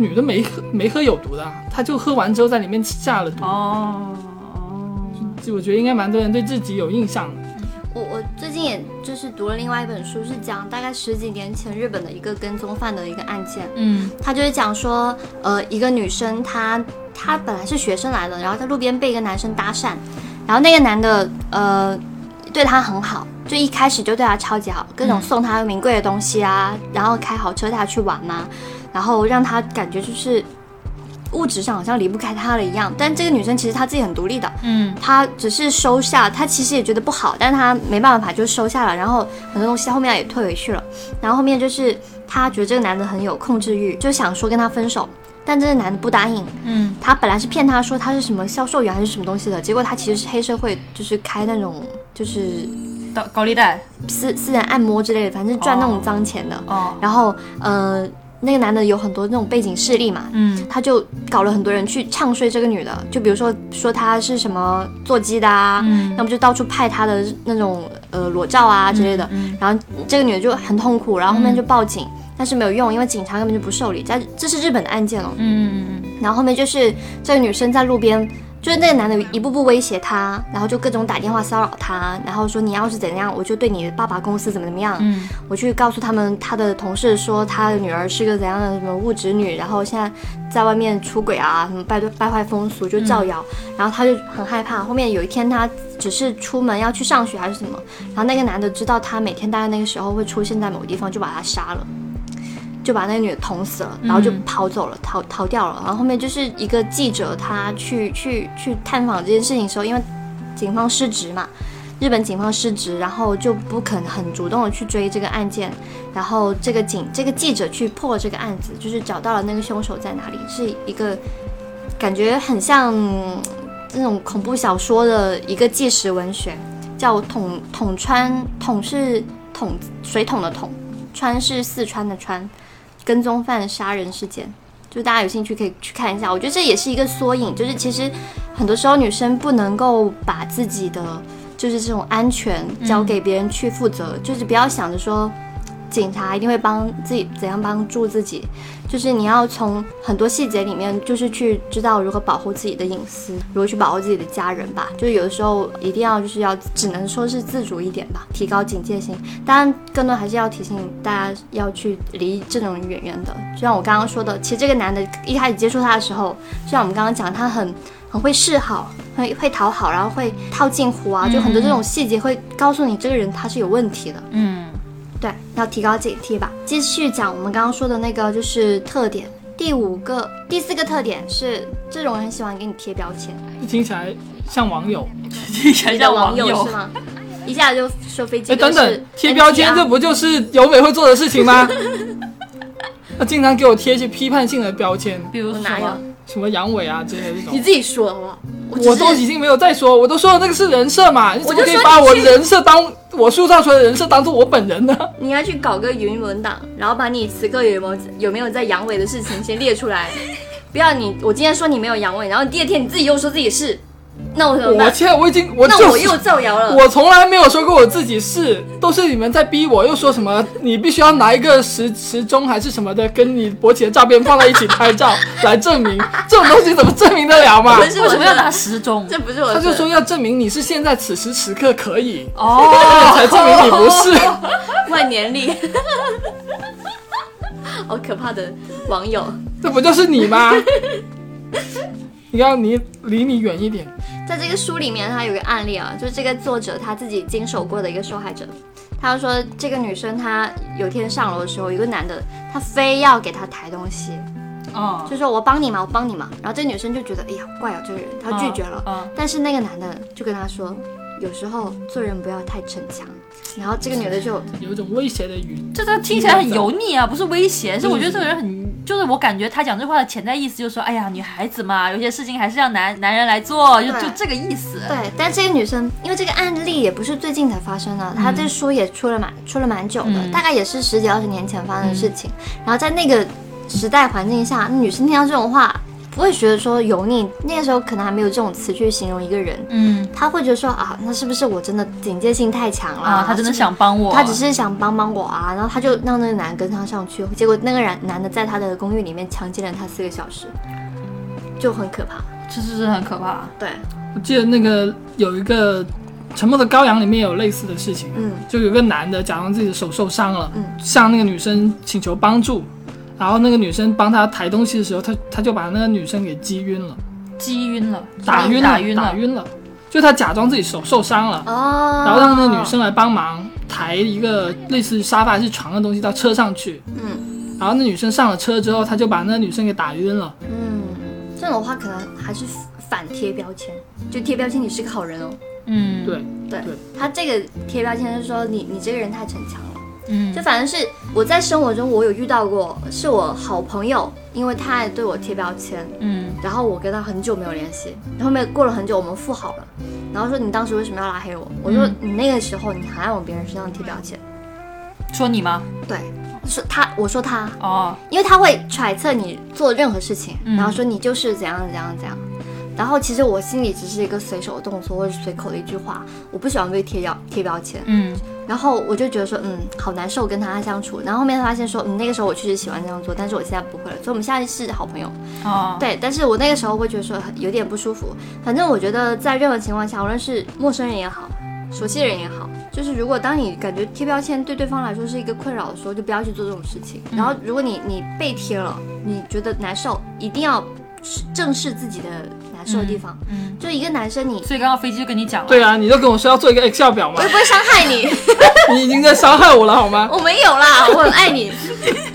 女的没喝没喝有毒的啊，她就喝完之后在里面下了毒。哦，就我觉得应该蛮多人对自己有印象的。我我最近也就是读了另外一本书，是讲大概十几年前日本的一个跟踪犯的一个案件。嗯他就是讲说，呃，一个女生她她本来是学生来的，然后在路边被一个男生搭讪，然后那个男的呃对她很好，就一开始就对她超级好，各种嗯送她名贵的东西啊，然后开好车带她去玩呐、然后让她感觉就是物质上好像离不开他了一样。但这个女生其实她自己很独立的，嗯，他只是收下，他其实也觉得不好，但他没办法，就收下了。然后很多东西后面也退回去了。然后后面就是他觉得这个男的很有控制欲，就想说跟他分手，但这个男的不答应。嗯，他本来是骗他说他是什么销售员还是什么东西的，结果他其实是黑社会，就是开那种就是高高利贷私私人按摩之类的，反正赚那种脏钱的。哦，然后，嗯、那个男的有很多那种背景势力嘛，嗯他就搞了很多人去唱衰这个女的，就比如说说她是什么做鸡的啊，嗯要么就到处派她的那种呃裸照啊之类的。嗯然后这个女的就很痛苦，然后后面就报警，但是没有用，因为警察根本就不受理。在这是日本的案件哦。嗯然后后面就是这个女生在路边，就是那个男的一步步威胁她，然后就各种打电话骚扰她，然后说你要是怎样，我就对你的爸爸公司怎么怎么样。嗯我去告诉他们，他的同事说他的女儿是个怎样的什么物质女，然后现在在外面出轨啊，什么败败坏风俗就造谣，然后他就很害怕。后面有一天他只是出门要去上学还是什么，然后那个男的知道他每天大概那个时候会出现在某个地方，就把他杀了。就把那个女的捅死了，然后就嗯跑走了，逃逃掉了。然后后面就是一个记者，他去去去探访这件事情的时候，因为警方失职嘛，日本警方失职，然后就不肯很主动的去追这个案件，然后这个警这个记者去破了这个案子，就是找到了那个凶手在哪里，是一个感觉很像嗯这种恐怖小说的一个纪实文学，叫统统川统是统水桶的桶，川是四川的川，跟踪犯杀人事件。就大家有兴趣可以去看一下，我觉得这也是一个缩影，就是其实很多时候女生不能够把自己的就是这种安全交给别人去负责，就是不要想着说警察一定会帮自己怎样帮助自己，就是你要从很多细节里面，就是去知道如何保护自己的隐私，如何去保护自己的家人吧。就是有的时候一定要就是要只能说是自主一点吧，提高警戒心。当然，更多还是要提醒大家要去离这种人远远的。就像我刚刚说的，其实这个男的一开始接触他的时候，就像我们刚刚讲，他很。很会示好，会会讨好，然后会套近乎嗯啊，就很多这种细节会告诉你这个人他是有问题的。嗯， 对，要提高警惕吧。继续讲我们刚刚说的那个就是特点，第五个、第四个特点是这种人喜欢给你贴标签，听起来像网友。听起来你的像网网友是吗？一下就说飞机哎，哥等是 NTR，等，贴标啊签这不就是有美会做的事情吗？ 他经常给我贴一些批判性的标签，比如我说哪什有么？？什么阳痿啊之类的这你种。自己说好不好？我我只都是已经没有再说，我都说了那个是人设嘛，你怎么就可以说把你我去人设当我塑造出来的人设当做我 本人呢？你要去搞个云文档，然后把你此刻有没有有没有在阳痿的事情先列出来，不要你我今天说你没有阳痿，然后第二天你自己又说自己是，那我怎么我办？现在我已经我那就我是又造谣了。我从来没有说过我自己是，都是你们在逼我，又说什么你必须要拿一个时时钟还是什么的，跟你勃起的照片放在一起拍照来证明，这种东西怎么证明得了嘛不？是为什么要拿我时钟？这不是我的他就说要证明你是现在此时此刻可以，哦，才证明你不是。 万年历，好可怕的网友。这不就是你吗？ 你要你离你远一点，在这个书里面，它有个案例啊，就是这个作者他自己经手过的一个受害者。他说，这个女生她有天上楼的时候，有个男的，他非要给她抬东西，嗯，就说我帮你嘛，我帮你嘛。然后这女生就觉得，哎呀，怪哦，这个人，她拒绝了。嗯，但是那个男的就跟她说，有时候做人不要太逞强。然后这个女的就有一种威胁的语。这这听起来很油腻啊，不是威胁，是我觉得这个人很，就是我感觉他讲这话的潜在意思就是说，哎呀，女孩子嘛，有些事情还是让男男人来做，就对就这个意思。对，但这个女生，因为这个案例也不是最近才发生的，她这书也出了蛮出了蛮久的，嗯大概也是十几二十年前发生的事情。然后在那个时代环境下，女生听到这种话，不会觉得说油腻，那个时候可能还没有这种词去形容一个人，嗯她会觉得说啊，那是不是我真的警戒性太强了？啊，他真的是不是想帮我，他只是想帮帮我啊，然后他就让那个男的跟他上去，结果那个男男的在他的公寓里面强奸了他四个小时，就很可怕。这这这很可怕。对，我记得那个有一个《沉默的羔羊》里面有类似的事情，嗯，就有个男的假装自己的手受伤了，嗯向那个女生请求帮助，然后那个女生帮他抬东西的时候，他他就把那个女生给击晕了，击晕了，哦打晕了，打晕打了，晕了，就他假装自己手受伤了，哦，然后让那个女，生来帮忙抬一个类似于沙发还是床的东西到车上去，嗯然后那女生上了车之后，他就把那女生给打晕了。嗯，这种话可能还是反贴标签，就贴标签你是个好人哦。嗯，对，对对他这个贴标签是说你你这个人太逞强了。嗯，就反正是我在生活中我有遇到过，是我好朋友，因为他也对我贴标签，嗯然后我跟他很久没有联系，后面过了很久，我们复好了，然后说你当时为什么要拉黑我？我说嗯你那个时候你还要往别人身上贴标签，说你吗？对，说他，我说他，哦，因为他会揣测你做任何事情，嗯然后说你就是怎样怎样怎样。然后其实我心里只是一个随手的动作或者随口的一句话，我不喜欢被贴标贴标签。嗯然后我就觉得说，嗯，好难受跟他相处。然后后面发现说，嗯，那个时候我确实喜欢这样做，但是我现在不会了，所以我们现在是好朋友。哦，对，但是我那个时候会觉得说很有点不舒服。反正我觉得在任何情况下，无论是陌生人也好，熟悉的人也好，就是如果当你感觉贴标签对对方来说是一个困扰的时候，就不要去做这种事情。然后如果你你被贴了，你觉得难受，一定要正视自己的难受的地方。嗯，就一个男生你。所以刚刚飞机就跟你讲了，对啊，你都跟我说要做一个 Excel 表嘛 我，又不会伤害你，你已经在伤害我了好吗？ 我没有啦，我很爱你。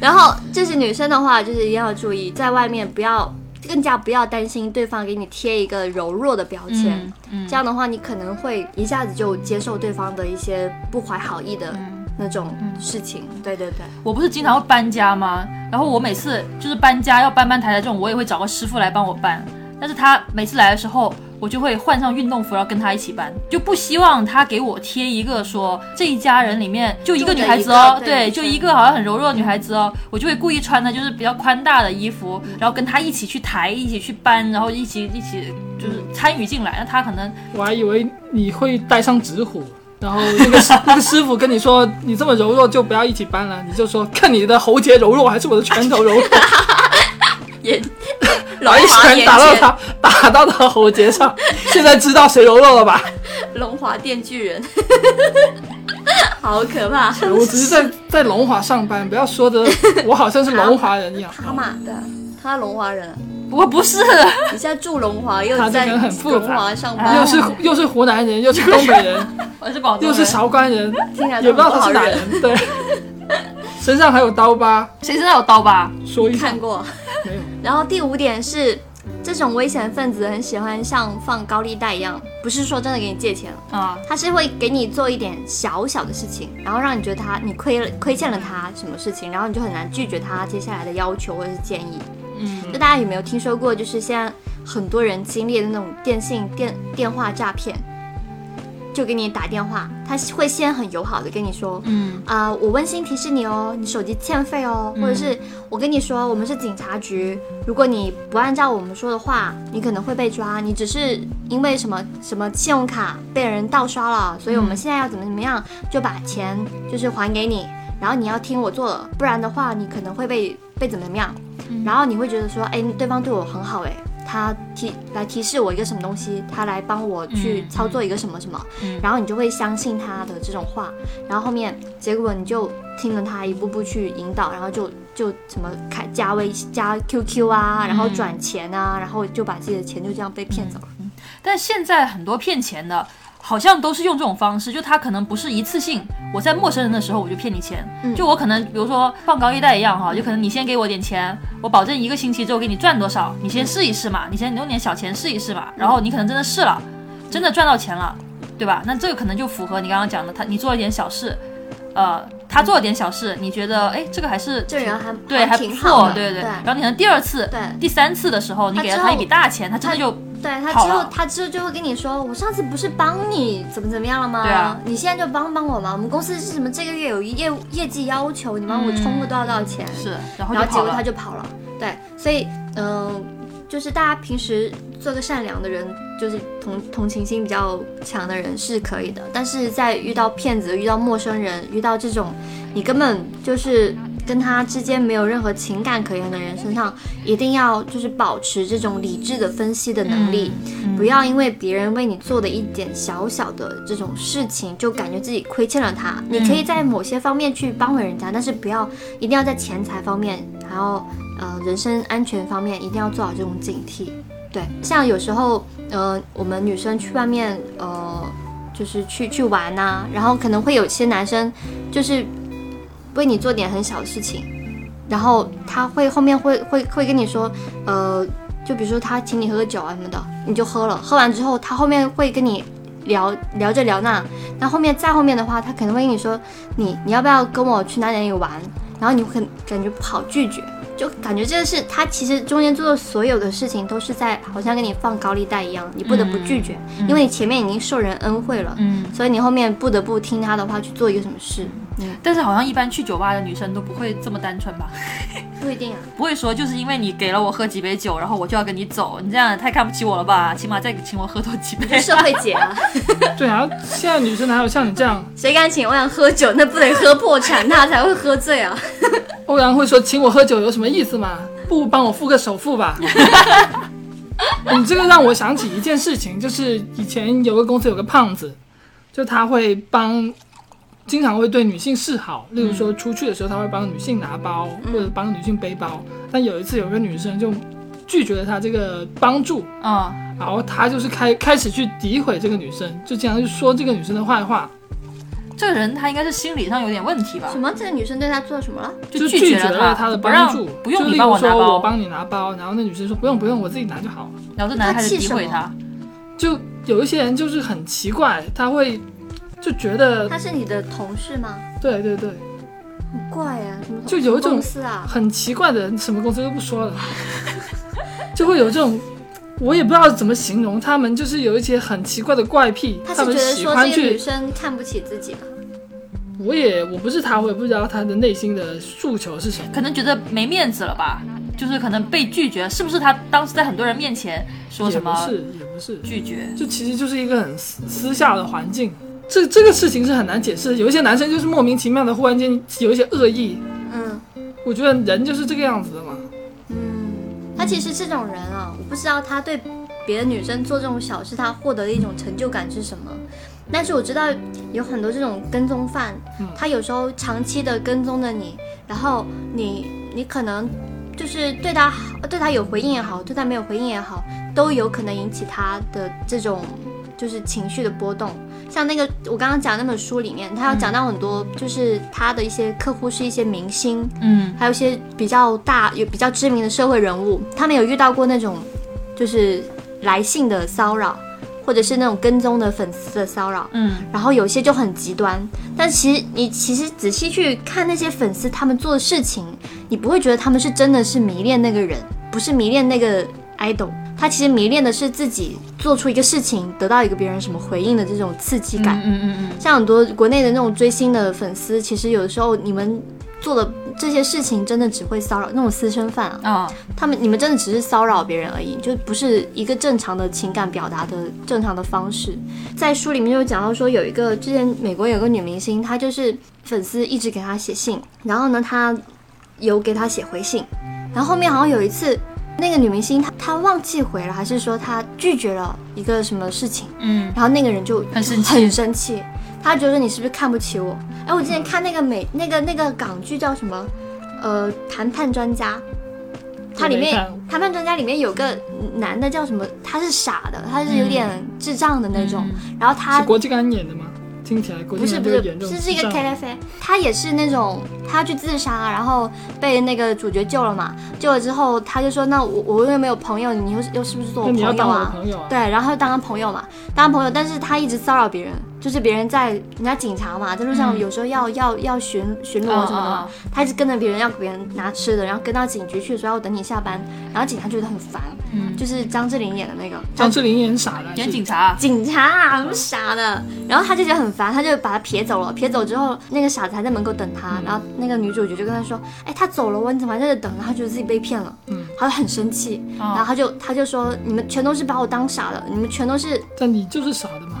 然后就是女生的话，就是一定要注意，在外面不要更加不要担心对方给你贴一个柔弱的标签。嗯嗯这样的话，你可能会一下子就接受对方的一些不怀好意的那种事情。对对对，我不是经常会搬家吗？然后我每次就是搬家要搬搬抬抬这种，我也会找个师傅来帮我搬。但是他每次来的时候，我就会换上运动服，然后跟他一起搬，就不希望他给我贴一个说这一家人里面就一个女孩子哦，就这一个对，对就一个好像很柔弱的女孩子哦，我就会故意穿的就是比较宽大的衣服，然后跟他一起去抬，一起去搬，然后一起一起就是参与进来，那他可能我还以为你会带上纸虎，然后那个师 那个师傅跟你说你这么柔弱就不要一起搬了，你就说看你的喉结柔弱还是我的拳头柔弱， 眼龙然后一华拳眼打到前，他打到他喉结上，现在知道谁柔弱了吧？龙华电锯 人，好可怕！ 我只是在在龙华上班，不要说的我好像是龙华人一样。他嘛，对啊，他龙华人啊，我不是， 你现在住龙华，又他这在个人很复杂哎龙华上又班，是又是湖南人，又是东北人，我是广东人，又是韶关人，听起来也都不知道很他好是哪人。人。对，身上还有刀疤，谁知道有刀疤？说一下看过，没有？然后第五点是，这种危险分子很喜欢像放高利贷一样，不是说真的给你借钱了，啊，他是会给你做一点小小的事情，然后让你觉得他啊你亏了亏欠了他什么事情，然后你就很难拒绝他接下来的要求或者是建议。嗯就大家有没有听说过，就是现在很多人经历的那种电信电电话诈骗，就给你打电话，他会先很友好的跟你说，嗯啊、我温馨提示你哦，你手机欠费哦，或者是嗯我跟你说，我们是警察局，如果你不按照我们说的话，你可能会被抓。你只是因为什么什么信用卡被人盗刷了，所以我们现在要怎么怎么样，就把钱就是还给你，然后你要听我做的，不然的话你可能会被被怎么怎么样。嗯然后你会觉得说，哎，对方对我很好，哎，他提来提示我一个什么东西，他来帮我去嗯操作一个什么什么，嗯然后你就会相信他的这种话，然后后面结果你就听了他一步步去引导，然后就就什么开加微加 QQ 啊，然后嗯转钱啊，然后就把自己的钱就这样被骗走了。但现在很多骗钱的，好像都是用这种方式，就他可能不是一次性，我在陌生人的时候我就骗你钱，嗯就我可能比如说放高利贷一样哈，就可能你先给我点钱，我保证一个星期之后给你赚多少，你先试一试嘛，你先用点小钱试一试嘛，然后你可能真的试了，真的赚到钱了，对吧？那这个可能就符合你刚刚讲的，他你做了点小事，呃，他做了点小事，你觉得哎这个还是这人还对还不挺好错，的，对对然后你可能第二次、对第三次的时候，你他给了之他一后笔大钱，他真的就对他好之后了，他之后就会跟你说，我上次不是帮你怎么怎么样了吗？对啊你现在就帮帮我嘛。我们公司是什么这个月有业务业绩要求，你嗯帮我充个多少多少钱，是，然后然就后结跑果了他。就跑了。对，所以嗯、就是大家平时做个善良的人，就是同同情心比较强的人是可以的，但是在遇到骗子、遇到陌生人、遇到这种你根本就是跟他之间没有任何情感可言的人身上，一定要就是保持这种理智的分析的能嗯力。不要因为别人为你做的一点小小的这种事情，就感觉自己亏欠了他。你可以在某些方面去帮了人家，但是不要一定要在钱财方面，还有呃人身安全方面，一定要做好这种警惕。对，像有时候，呃，我们女生去外面，呃，就是去去玩呐、然后可能会有些男生就是为你做点很小的事情，然后他会后面会会会跟你说，呃，就比如说他请你喝个酒啊什么的，你就喝了，喝完之后他后面会跟你聊聊着聊那，那后面再后面的话，他可能会跟你说，你你要不要跟我去哪里哪里玩，然后你会感觉不好拒绝。就感觉这个是他其实中间做的所有的事情都是在好像跟你放高利贷一样，你不得不拒绝，因为你前面已经受人恩惠了，嗯，所以你后面不得不听他的话去做一个什么事，但是好像一般去酒吧的女生都不会这么单纯吧？不一定啊。不会说就是因为你给了我喝几杯酒，然后我就要跟你走，你这样也太看不起我了吧？起码再请我喝多几杯。社会姐啊，对啊，现在女生哪有像你这样？谁敢请万喝酒， 那不得喝破产，他才会喝醉啊！欧阳会说请我喝酒有什么意思吗？不如帮我付个首付吧。你这个让我想起一件事情，就是以前有个公司有个胖子，就他会帮，经常会对女性示好，例如说出去的时候他会帮女性拿包、或者帮女性背包。但有一次有个女生就拒绝了他这个帮助， 嗯然后他就是开开始去诋毁这个女生，就经常去说这个女生的坏话，这个人他应该是心理上有点问题吧 什？么？这个女生对他做了什么了？就拒拒绝绝他，了他的不帮让助，不用就你例帮如我拿说我包，帮你拿包，然后那女生说不用不用，我自己拿就好了。然后这男孩子他气诋什么毁他，就有一些人就是很奇怪，他会就觉得他是你的同事吗？对对对，很怪呀、啊，什么就有一种公司啊？很奇怪的人，什么公司都不说了，就会有这种我也不知道怎么形容他们，就是有一些很奇怪的怪癖，他他是们觉得喜说欢这个女去。生看不起自己嘛？我也我不是他，我也不知道他的内心的诉求是什么。可能觉得没面子了吧，就是可能被拒绝，是不是他当时在很多人面前说什么也不是，也不是，拒绝？就其实就是一个很私私下的环境。这这个事情是很难解释的，有一些男生就是莫名其妙的忽然间有一些恶意，嗯我觉得人就是这个样子的嘛。嗯，他其实这种人啊，我不知道他对别的女生做这种小事，他获得的一种成就感是什么。但是我知道有很多这种跟踪犯，嗯他有时候长期的跟踪着你，然后你你可能就是对他好，对他有回应也好，对他没有回应也好，都有可能引起他的这种就是情绪的波动。像那个我刚刚讲那本书里面，他有讲到很多，就是他的一些客户是一些明星，嗯，还有一些比较大、有比较知名的社会人物，他们有遇到过那种就是来信的骚扰，或者是那种跟踪的粉丝的骚扰。嗯，然后有些就很极端，但其实你其实仔细去看那些粉丝他们做的事情，你不会觉得他们是真的是迷恋那个人，不是迷恋那个 idol，他其实迷恋的是自己做出一个事情，得到一个别人什么回应的这种刺激感。嗯嗯嗯像很多国内的那种追星的粉丝，其实有的时候你们做的这些事情，真的只会骚扰那种私生饭啊，嗯啊，他们你们真的只是骚扰别人而已，就不是一个正常的情感表达的正常的方式。在书里面就有讲到说，有一个之前美国有个女明星，她就是粉丝一直给她写信，然后呢，她有给她写回信，然后后面好像有一次。那个女明星她她忘记回了，还是说她拒绝了一个什么事情？嗯，然后那个人就很生气很生气，他觉得你是不是看不起我？哎，我之前看那个美那个那个港剧叫什么？呃，谈判专家，它里面我没看谈判专家里面有个男的叫什么？他是傻的，他是有点智障的那种，然后他嗯是郭靖安演的吗？听起来郭啊不靖是安不就是是严重是这智个障 K F A，他也是那种他去自杀，然后被那个主角救了嘛，救了之后他就说那我我又没有朋友，你又又是不是做我那朋你友要啊？当我的朋友啊？对，然后就当他朋友嘛，当他朋友，但是他一直骚扰别人，就是别人在人家警察嘛，在路上嗯有时候要、要要巡巡逻啊什么的，哦啊啊他一直跟着别人要给别人拿吃的，然后跟到警局去说要等你下班，然后警察觉得很烦，嗯就是张智霖演的那个张智霖也很傻的，演是警察，警察啊，那么傻的，然后他就觉得很烦，他就把他撇走了。撇走之后，那个傻子还在门口等他，然后那个女主角就跟他说：“哎，他走了哦，我你怎么还在这等？”然后他觉得自己被骗了，嗯他就很生气，然后啊，他就他就说：“你们全都是把我当傻的，你们全都是 但你就是傻的嘛。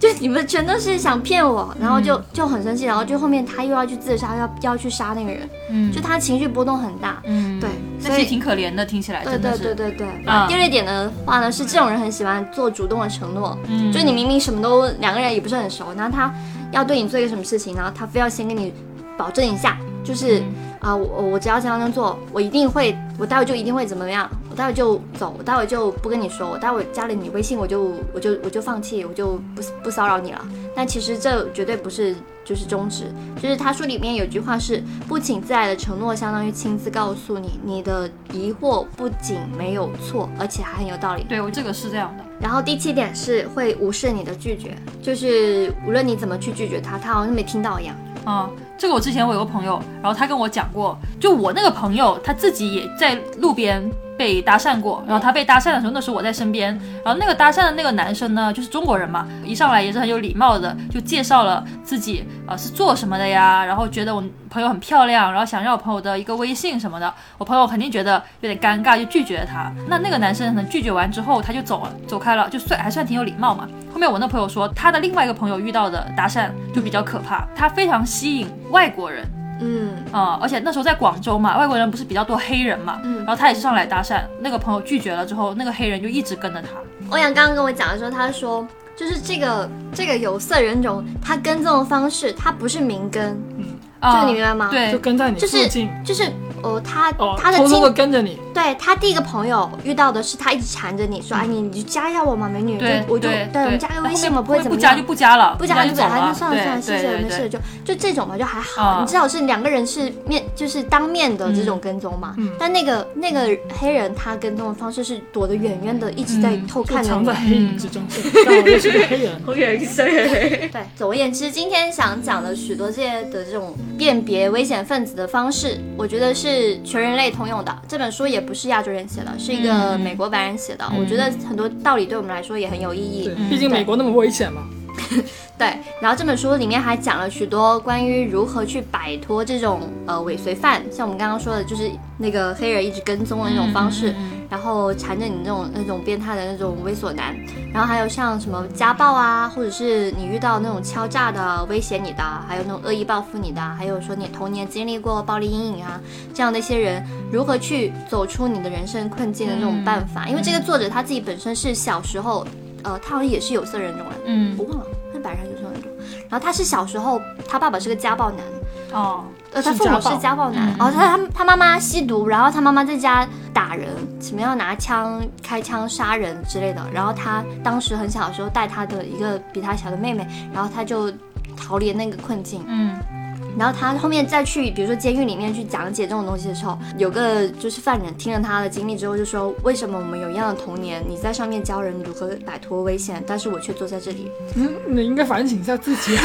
就你们全都是想骗我，然后就就很生气，然后就后面他又要去自杀，要要去杀那个人，嗯就他情绪波动很大，嗯，对，，那所其实以挺可怜的，听起来对真的对是，对对对。啊第二点的话呢，是这种人很喜欢做主动的承诺，嗯就是你明明什么都两个人也不是很熟，然后他要对你做一个什么事情，然后他非要先跟你保证一下，就是啊、我我只要这样这样做，我一定会，我待会就一定会怎么样，我待会就走，我待会就不跟你说，我待会加了你微信，我就我就我就放弃，我就不不骚扰你了。但其实这绝对不是就是终止，就是他书里面有句话是不请自来的承诺，相当于亲自告诉你你的疑惑不仅没有错，而且还很有道理。对我这个是这样的，然后第七点是会无视你的拒绝，就是无论你怎么去拒绝他，他好像没听到一样。啊、这个我之前我有个朋友，然后他跟我讲过，就我那个朋友他自己也在路边被搭讪过，然后他被搭讪的时候，那时候我在身边，然后那个搭讪的那个男生呢，就是中国人嘛，一上来也是很有礼貌的，就介绍了自己呃是做什么的呀，然后觉得我朋友很漂亮，然后想要我朋友的一个微信什么的，我朋友肯定觉得有点尴尬，就拒绝了他。那那个男生可能拒绝完之后，他就走了，走开了，就算还算挺有礼貌嘛。后面我那朋友说，他的另外一个朋友遇到的搭讪就比较可怕，他非常吸引外国人嗯，啊、而且那时候在广州嘛，外国人不是比较多黑人嘛，嗯然后他也是上来搭讪，那个朋友拒绝了之后，那个黑人就一直跟着他。欧阳刚刚跟我讲的时候，他说就是这个这个有色人种，他跟踪的方式，他不是明跟，啊、就你明白吗？，对就，跟在你就附是近，就是呃，他、哦，他的偷经偷的跟着你，对他第一个朋友遇到的是他一直缠着你说，哎，你你就加一下我嘛，美女，就对，我就对，我们对加个那微后信面嘛，不会怎么不样加就。不加了，不加就就走走了，了，那算了对算了，谢对谢，对没事，对就就这种吧，就还好。啊你至少是两个人是面就是当面的这种跟踪嘛。嗯嗯但那个那个黑人他跟踪的方式是躲得远远的，一直在嗯偷就看着藏你。嗯在黑影之中，让我认识个黑 人。 OK sorry，对，总而言之，今天想讲的许多这些的这种辨别危险分子的方式，我觉得是全人类通用的。这本书也不是亚洲人写的，是一个嗯美国白人写的，我觉得很多道理对我们来说也很有意义对。，毕竟美国那么危险嘛。 对，然后这本书里面还讲了许多关于如何去摆脱这种呃尾随犯，像我们刚刚说的，就是那个黑人一直跟踪的那种方嗯式，然后缠着你那种那种变态的那种猥琐男，然后还有像什么家暴啊，或者是你遇到那种敲诈的威胁你的，还有那种恶意报复你的，还有说你童年经历过暴力阴影啊，这样的一些人如何去走出你的人生困境的那种办法，因为这个作者他自己本身是小时候，呃，他好像也是有色人种人。嗯我忘了，他是白人还是什么人种。然后他是小时候，他爸爸是个家暴男，哦，呃，他是父母家暴是家暴男嗯，然后他他他妈妈吸毒，然后他妈妈在家打人，什么要拿枪开枪杀人之类的。然后他当时很小的时候带他的一个比他小的妹妹，然后他就逃离那个困境。嗯然后他后面再去，比如说监狱里面去讲解这种东西的时候，有个就是犯人听了他的经历之后，就说为什么我们有一样的童年？你在上面教人如何摆脱危险，但是我却坐在这里。嗯，你应该反省一下自 己。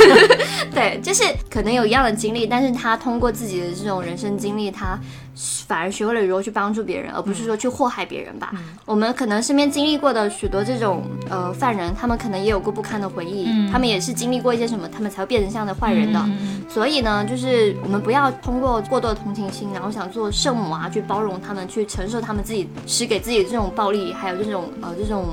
对，就是可能有一样的经历，但是他通过自己的这种人生经历，他反而学会了如何去帮助别人，而不是说去祸害别人吧。嗯我们可能身边经历过的许多这种呃犯人，他们可能也有过不堪的回忆，嗯他们也是经历过一些什么，他们才会变成这样的坏人的。嗯所以呢，就是我们不要通过过多的同情心，然后想做圣母啊，去包容他们，去承受他们自己施给自己这种暴力，还有这种呃这种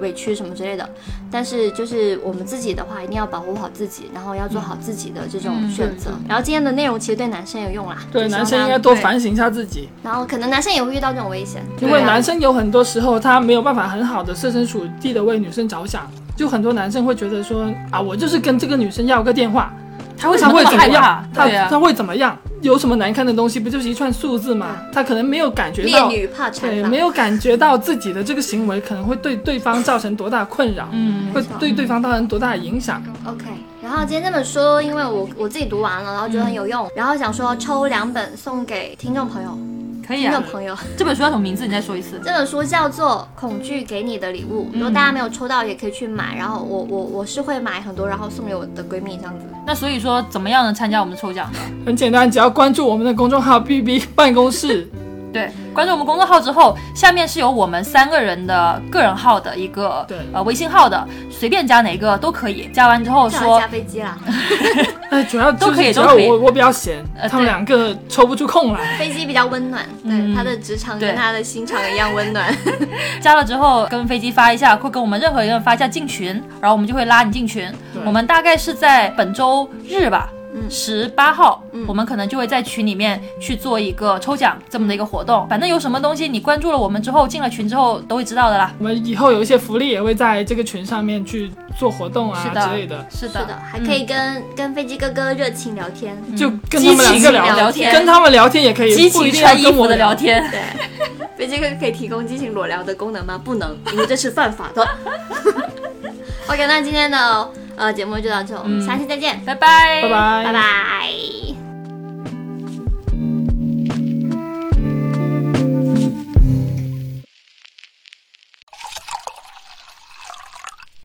委屈什么之类的。但是就是我们自己的话，一定要保护好自己，然后要做好自己的这种选择。然后今天的内容其实对男生有用啦，嗯对，就希望男生应该大家多反省一下自己，然后可能男生也会遇到这种危险，因对为啊男生有很多时候他没有办法很好的设身处地的为女生着想，就很多男生会觉得说啊，我就是跟这个女生要个电话，他为什他么会那怎么么害怕样？？他对他啊，会怎么样？有什么难看的东西？不就是一串数字吗？嗯他可能没有感觉烈到，女怕缠对，吧，没有感觉到自己的这个行为可能会对对方造成多大困扰，嗯会对对方造成多大的影响。 OK，然后今天这本书，因为我我自己读完了，然后觉得很有用，然后想说抽两本送给听众朋友，可哎以听啊众。朋友，这本书叫什么名字？你再说一次。这本书叫做《恐惧给你的礼物》，如嗯果大家没有抽到，也可以去买。然后我我我是会买很多，然后送给我的闺蜜这样子。那所以说，怎么样能参加我们抽奖呢？很简单，只要关注我们的公众号 “B B 办 公室对，关注我们公众号之后，下面是有我们三个人的个人号的一个对呃微信号的，随便加哪个都可以。加完之后正好说下，飞机 啦，”，哎，主要都就可以是主都要可以我我比较闲呃，他们对两个抽不出空来。飞机比较温暖，对，她的职场嗯对跟她的心肠一样温 暖。加了之后跟飞机发一下，或跟我们任何一个人发一下进群，然后我们就会拉你进群对。我们大概是在本周日吧，嗯十八号嗯，我们可能就会在群里面去做一个抽奖这么的一个活嗯动。反正有什么东西，你关注了我们之后，进了群之后都会知道的啦。我们以后有一些福利也会在这个群上面去做活动啊是的之类的，是是的，还可嗯以跟、跟飞机哥哥热情聊天。就跟他们两个聊，聊跟他们聊天也可以，激不一情定要穿衣跟服我的聊。天。对，飞机哥可以提供激情裸聊的功能吗？不能，因为这是犯 法的。 OK，那今天的呃节目就到这，我们下期再见，嗯拜拜，拜拜，拜拜